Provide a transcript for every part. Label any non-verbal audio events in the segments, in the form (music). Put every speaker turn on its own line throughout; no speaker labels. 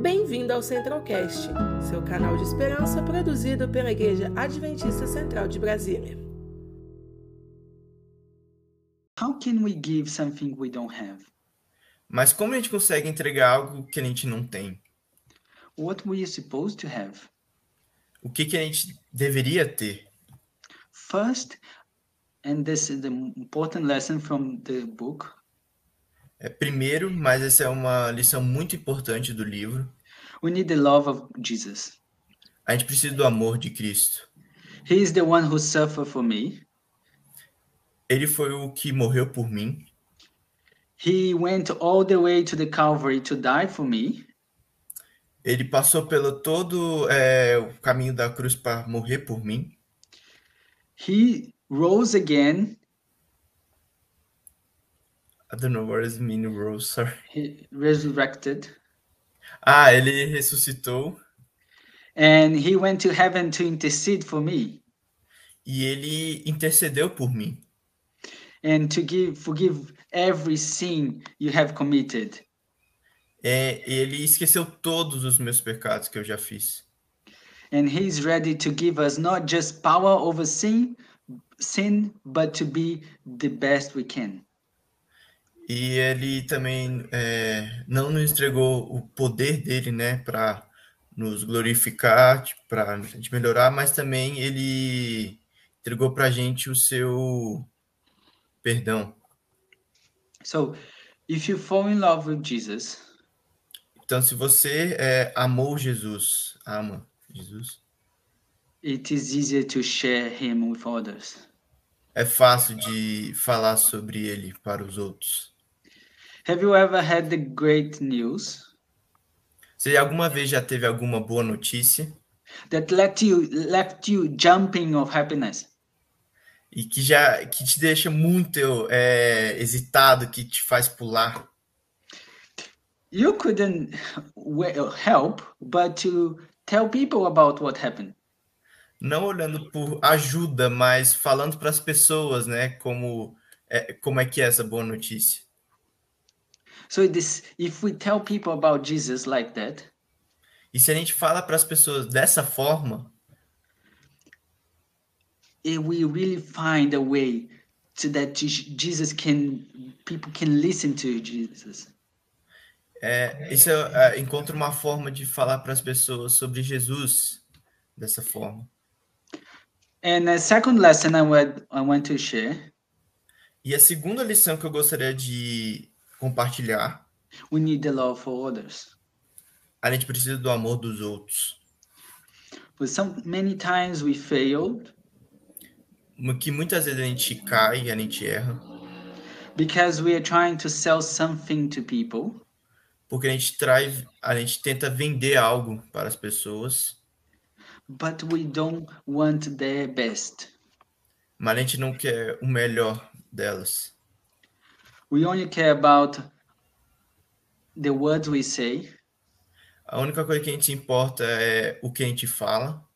Bem-vindo ao Centralcast, seu canal de esperança produzido pela Igreja Adventista Central de Brasília.
How can we give something we don't have?
Mas como a gente consegue entregar algo que a gente não tem?
What we are supposed to have?
O que, que a gente deveria ter?
First, and this is the important lesson from the book,
É, primeiro, mas essa é uma lição muito importante do livro,
we need the love of Jesus.
a gente precisa do amor de Cristo.
He is the one who suffered for me.
Ele foi o que morreu por mim.
He went all the way to the Calvary to die for me.
Ele passou pelo todo é, o caminho da cruz para morrer por mim.
He rose again.
I don't know what is mean rose, sorry. (laughs)
He resurrected.
Ah, ele ressuscitou
And he went to heaven to intercede for me
e ele intercedeu por mim
and to give forgive every sin you have committed.
É, ele esqueceu todos os meus pecados que eu já fiz.
And he is ready to give us not just power over sin, sin, but to be the best we can.
E ele também é, não nos entregou o poder dele, né, para nos glorificar, para a gente melhorar, mas também ele entregou para a gente o seu perdão.
So, if you fall in love with Jesus,
Então, se você é, amou Jesus, ama Jesus,
it is easier to share him with others.
é fácil de falar sobre ele para os outros.
Have you ever had the great news
Você alguma vez já teve alguma boa notícia
that left you left you jumping of happiness?
e que já que te deixa muito é, hesitado, que te faz pular?
You couldn't (laughs) well, help but to tell people about what happened.
não olhando por ajuda, mas falando para as pessoas, né, como é, como é que é essa boa notícia.
So this, if we tell people about Jesus like that,
E se a gente fala para as pessoas dessa forma,
eh, we really find a way to that Je- Jesus can people can listen to Jesus.
é, isso é, é, encontra uma forma de falar para as pessoas sobre Jesus dessa forma.
And a second lesson I would I want to share,
E a segunda lição que eu gostaria de compartilhar,
we need the love for others.
a gente precisa do amor dos outros.
But some many times we failed
Que muitas vezes a gente cai, a gente erra,
because we are trying to sell something to people
porque a gente traz, a gente tenta vender algo para as pessoas.
but we don't want their best.
mas a gente não quer o melhor delas.
We only care about the words we say,
A única coisa que a gente importa é o que a gente fala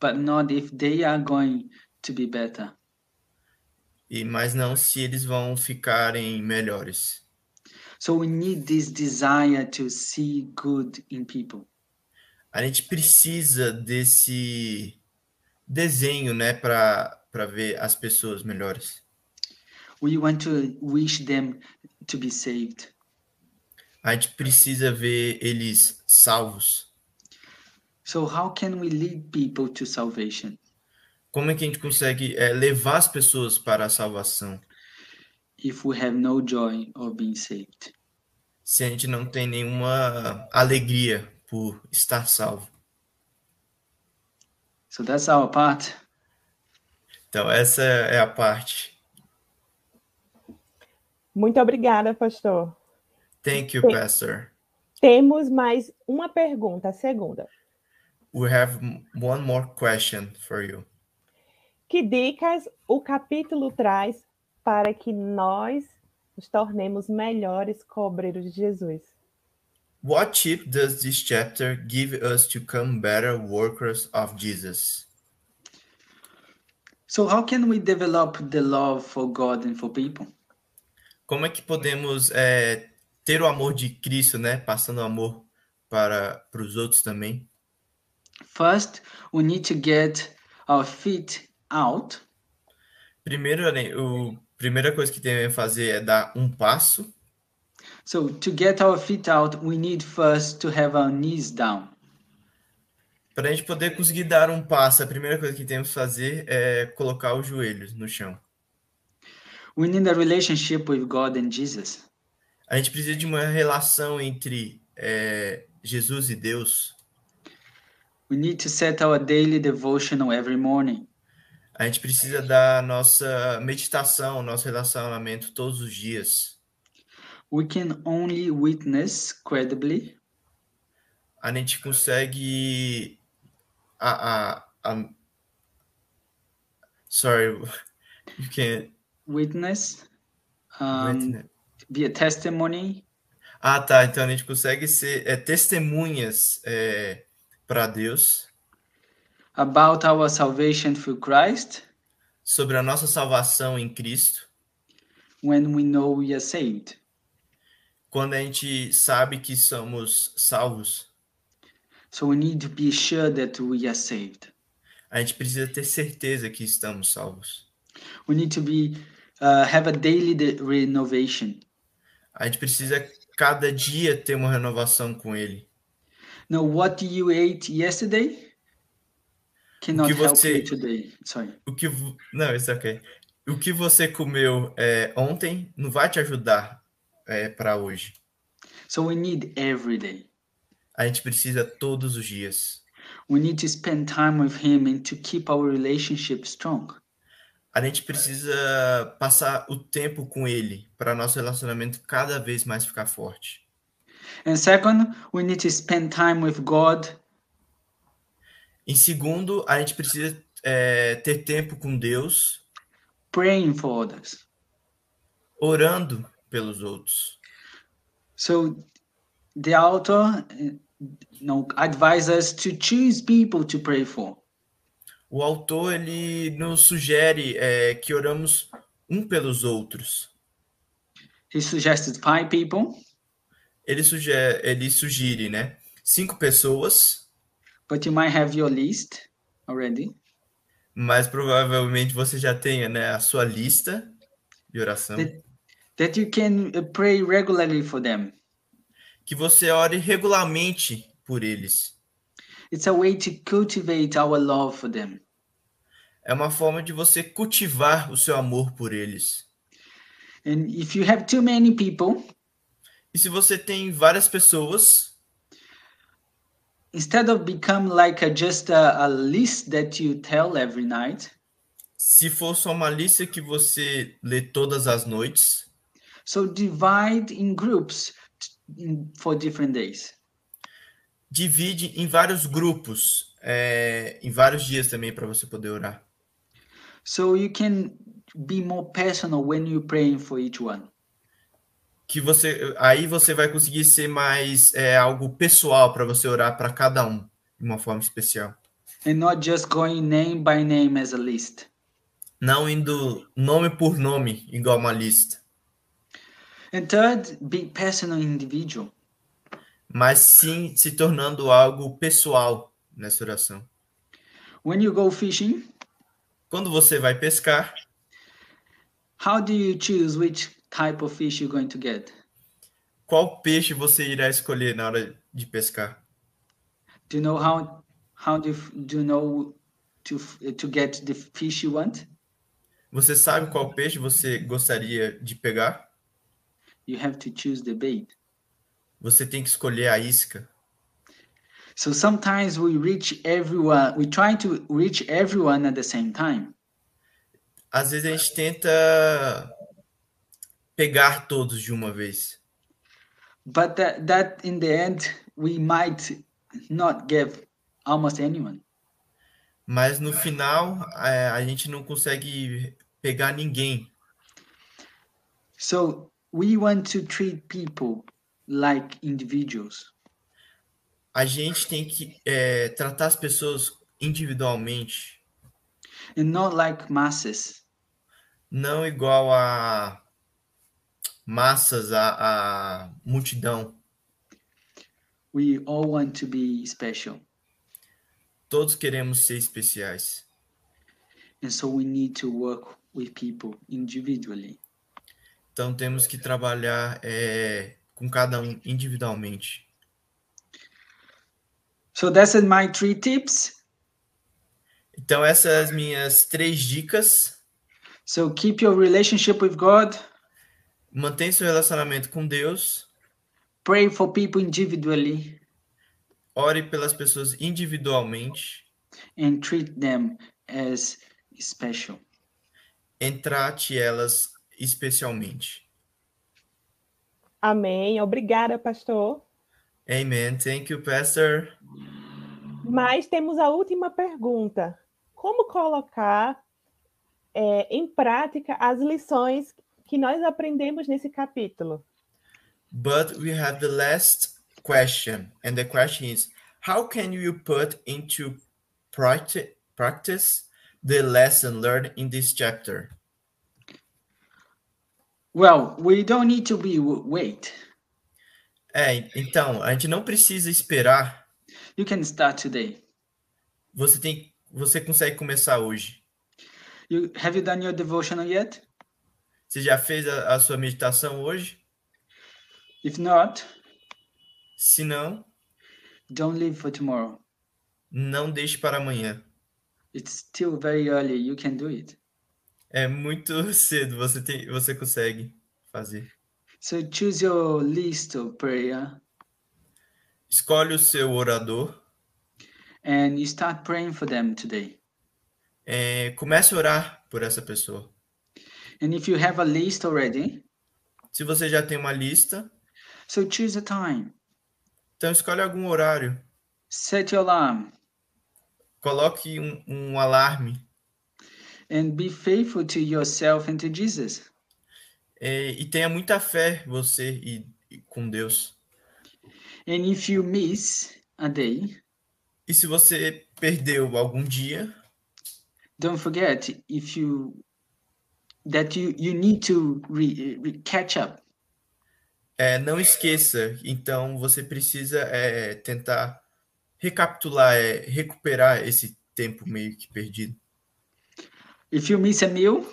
but not if they are going to be better.
e mas não se eles vão ficarem melhores.
So we need this desire to see good in people.
A gente precisa desse desenho, né, para para ver as pessoas melhores.
We want to wish them to be saved.
A gente precisa ver eles salvos.
So how can we lead people to salvation?
Como é que a gente consegue é, levar as pessoas para a salvação
if we have no joy of being saved.
se a gente não tem nenhuma alegria por estar salvo?
So that's our part.
Então, essa é a parte.
Muito obrigada, pastor.
Thank you, Pastor.
Temos mais uma pergunta, a segunda.
we have m- one more question for you.
Que dicas o capítulo traz para que nós nos tornemos melhores cobreiros de Jesus?
What tip does this chapter give us to become better workers of Jesus?
So how can we develop the love for God and for people?
é, Como é que podemos eh, ter o amor de Cristo, né? Passando o amor para, para os outros também.
First, we need to get our feet out.
Primeiro, né, o primeira coisa que tem que fazer é dar um passo.
So, to get our feet out, we need first to have our knees down.
Para a gente poder conseguir dar um passo, a primeira coisa que temos que fazer é colocar os joelhos no chão.
We need a relationship with God and Jesus.
A gente precisa de uma relação entre é, Jesus e Deus.
We need to set our daily devotional every morning.
A gente precisa da nossa meditação, nosso relacionamento todos os dias.
We can only witness credibly.
A gente consegue. A, a, a... Sorry, (laughs) you can.
Witness. Um, Be a testimony.
Ah, tá. Então a gente consegue ser é, testemunhas é, para Deus
about our salvation through Christ
sobre a nossa salvação em Cristo
when we know we are saved.
quando a gente sabe que somos salvos.
So we need to be sure that we are saved.
A gente precisa ter certeza que estamos salvos.
We need to be uh, have a daily de- renovation.
A gente precisa cada dia ter uma renovação com Ele.
Now, what you ate yesterday cannot help you
você-
today. Sorry.
O que vo- não, isso é ok. O que você comeu é, ontem não vai te ajudar para hoje.
So we need every day.
A gente precisa todos os dias.
We need to spend time with Him and to keep our relationship strong.
A gente precisa passar o tempo com Ele para nosso relacionamento cada vez mais ficar forte.
And second, we need to spend time with God
Em segundo, a gente precisa é, ter tempo com Deus,
praying for others.
orando pelos outros.
So the author uh, you know, advises us to choose people to pray for.
O autor ele nos sugere é, que oramos um pelos outros.
He suggested five people,
Ele sugere, ele sugere, né? Cinco pessoas,
but you might have your list already.
mas provavelmente você já tenha, né, a sua lista de oração,
That, that you can uh, pray regularly for them.
que você ore regularmente por eles.
It's a way to cultivate our love for them.
É uma forma de você cultivar o seu amor por eles.
And if you have too many people,
E se você tem várias pessoas,
instead of become like a, just a, a list that you tell every night,
se for só uma lista que você lê todas as noites,
so divide in groups t- in, for different days.
divide em vários grupos, é, em vários dias também para você poder orar.
So you can be more personal when you're praying for each one.
Que você, aí você vai conseguir ser mais é, algo pessoal para você orar para cada um de uma forma especial,
and not just going name by name as a list.
não indo nome por nome igual uma lista,
And third, be personal individual.
mas sim se tornando algo pessoal nessa oração.
When you go fishing,
Quando você vai pescar,
how do you choose which type of fish you're going to get?
qual peixe você irá escolher na hora de pescar?
Do you know how how do you, f- do you know to f- to get the fish you want?
Você sabe qual peixe você gostaria de pegar?
You have to choose the bait.
Você tem que escolher a isca.
So sometimes we reach everyone, we try to reach everyone at the same time.
às vezes a gente tenta pegar todos de uma vez,
But that, that in the end, we might not give almost anyone.
mas no final é, a gente não consegue pegar ninguém.
So we want to treat people like individuals.
A gente tem que é, tratar as pessoas individualmente,
and not like masses.
não igual a massas, a, a multidão.
We all want to be special.
Todos queremos ser especiais.
And so we need to work with people individually.
Então temos que trabalhar é, com cada um individualmente.
So that's it, my three tips.
Então essas são as minhas três dicas.
So keep your relationship with God,
Mantenha seu relacionamento com Deus.
pray for people individually,
Ore pelas pessoas individualmente.
and treat them as special.
E trate elas especialmente.
Amém. Obrigada, pastor.
Amen. Thank you, Pastor.
Mas temos a última pergunta: como colocar eh, em prática as lições que nós aprendemos nesse capítulo?
But we have the last question, and the question is how can you put into practi- practice the lesson learned in this chapter?
Well, we don't need to be w- wait.
É, então, a gente não precisa esperar,
You can start today.
você tem você consegue começar hoje.
You have you done your devotional yet?
Você já fez a, a sua meditação hoje?
If not,
Se não,
don't leave for tomorrow.
não deixe para amanhã.
It's still very early. You can do it.
É muito (laughs) cedo, você tem você consegue fazer.
So choose your list of prayer
Escolhe o seu orador,
and you start praying for them today.
é, comece a orar por essa pessoa.
And if you have a list already,
Se você já tem uma lista,
so choose a time.
então escolhe algum horário.
Set your alarm
Coloque um, um alarme
and be faithful to yourself and to Jesus.
é, e tenha muita fé você e, e com Deus.
And if you miss a day,
E se você perdeu algum dia,
don't forget if you that you you need to re, re, catch up.
é, não esqueça. Então você precisa é, tentar recapitular, é, recuperar esse tempo meio que perdido.
If you miss a meal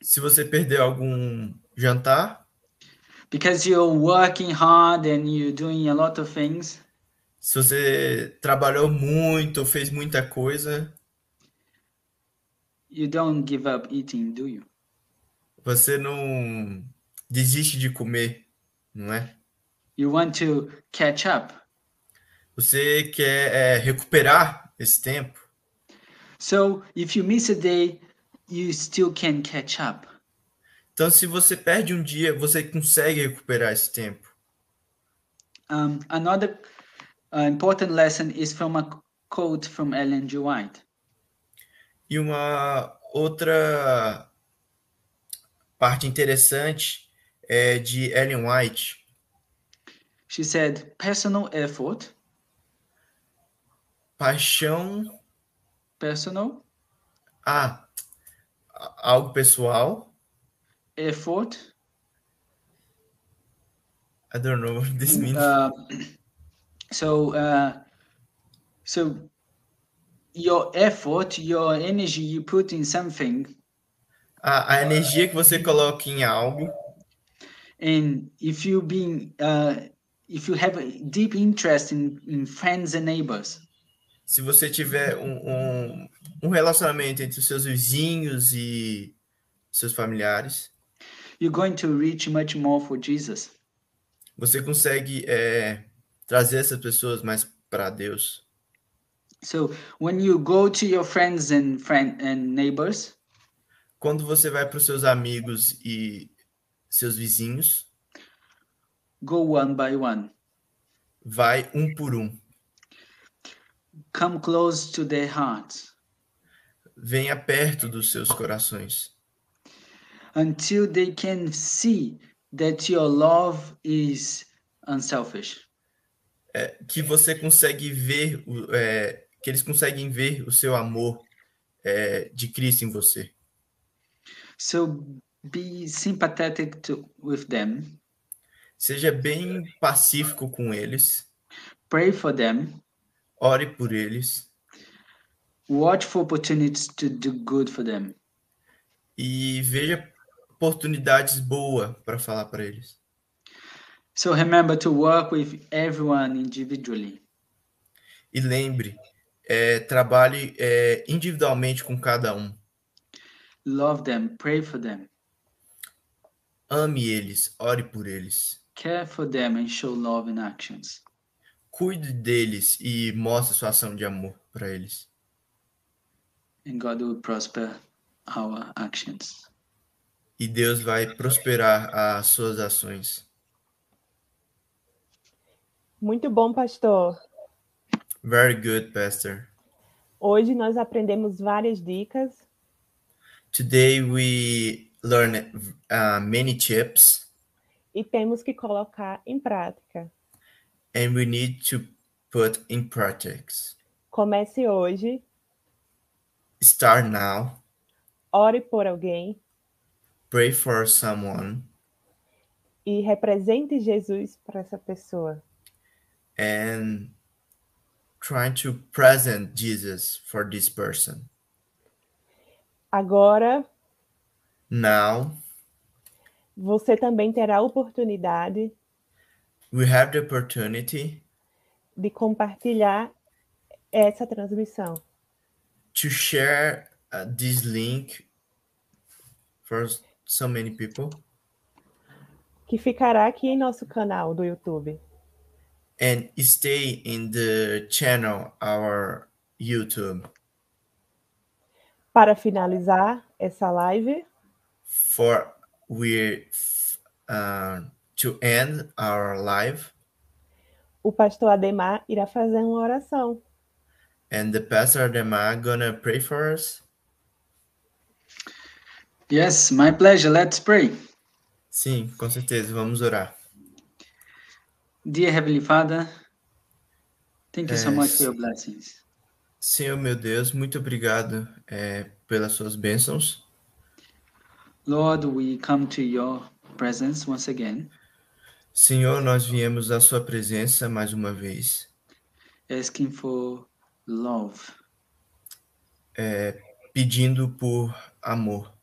Se você perdeu algum jantar,
because you're working hard and you're doing a lot of things,
se você trabalhou muito, fez muita coisa,
you don't give up eating, do you?
você não desiste de comer, não é?
You want to catch up.
Você quer é, recuperar esse tempo?
So if you miss a day, you still can catch up.
Então, se você perde um dia, você consegue recuperar esse tempo.
Um, another uh, important lesson is from a c- quote from Ellen G. White.
E uma outra parte interessante é de Ellen White.
She said, "Personal effort,
Paixão
personal
a algo pessoal.
effort
I don't know (laughs) what this means.
Uh, so uh, so your effort your energy you put in something
A, a energia que você coloca em algo.
and if you being uh, if you have a deep interest in, in friends and neighbors
Se você tiver um, um, um relacionamento entre os seus vizinhos e seus familiares.
you're going to reach much more for jesus
você consegue é, trazer essas pessoas mais para Deus.
so when you go to your friends and friend and neighbors
Quando você vai para os seus amigos e seus vizinhos,
go one by one
vai um por um.
come close to their hearts
Venha perto dos seus corações,
until they can see that your love is unselfish
que você consegue ver, o- é, que eles conseguem ver o seu amor é, de Cristo em você.
So be sympathetic to with them
Seja bem pacífico com eles.
Pray for them.
Ore por eles.
Watch for opportunities to do good for them.
E veja oportunidades boas para falar para eles.
So remember to work with everyone individually.
E lembre, é, trabalhe é, individualmente com cada um.
Love them, pray for them,
Ame eles, ore por eles.
care for them and show love in actions.
Cuide deles e mostre sua ação de amor para eles.
And God will prosper our actions.
E Deus vai prosperar as suas ações.
Muito bom, pastor.
Very good, pastor.
Hoje nós aprendemos várias dicas
Today we learn uh, many tips
e temos que colocar em prática.
and we need to put in practice.
Comece hoje,
Start now,
ore por alguém
pray for someone
e represente Jesus para essa pessoa.
and try to present Jesus for this person.
Agora
Now
você também terá a oportunidade
we have the opportunity
de compartilhar essa transmissão.
to share uh, this link for s- so many people
que ficará aqui em nosso canal do YouTube.
and stay in the channel our YouTube.
Para finalizar essa live,
for we uh, to end our life
o pastor Ademar irá fazer uma oração.
and the pastor Dema gonna pray for us
Yes, my pleasure. Let's pray.
sim com certeza vamos orar
Dear Heavenly Father, thank you so much
Yes.
for your blessings.
Senhor meu Deus muito obrigado eh, pelas suas bênçãos
Lord, we come to your presence once again,
Senhor nós viemos à sua presença mais uma vez
asking for love.
pedindo por amor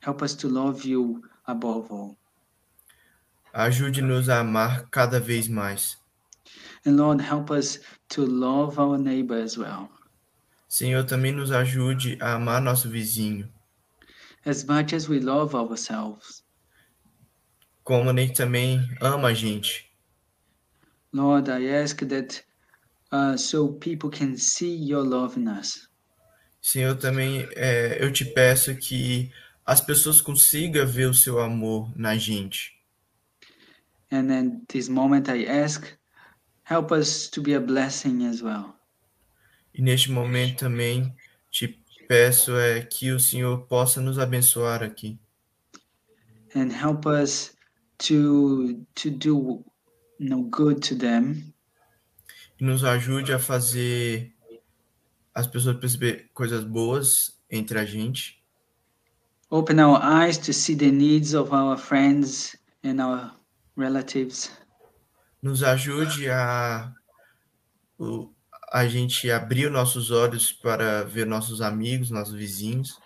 Help us to love you above all.
ajude-nos a amar cada vez mais
And Lord, help us to love our neighbor as well,
Senhor também nos ajude a amar nosso vizinho
as much as we love ourselves.
como ele também ama a gente
Lord, I ask that uh, so people can see your love in us.
Senhor, também eh, eu te peço que as pessoas consigam ver o seu amor na gente.
And in this moment, I ask, help us to be a blessing as well.
E neste momento também te peço é que o Senhor possa nos abençoar aqui
and help us to to do you know, good to them
e nos ajude a fazer as pessoas perceber coisas boas entre a gente.
open our eyes to see the needs of our friends and our relatives
Nos ajude a o- a gente abrir os nossos olhos para ver nossos amigos, nossos vizinhos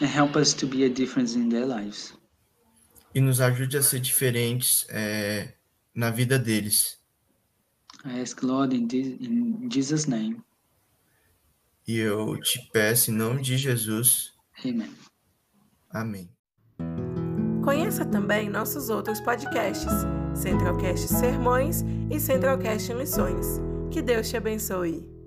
and help us to be a difference in their lives
e nos ajude a ser diferentes eh, na vida deles.
i ask lord in, this, in jesus name
E eu te peço em nome de Jesus.
amen
Amém.
Conheça também nossos outros podcasts, Centralcast Sermões e Centralcast Lições. Que Deus te abençoe!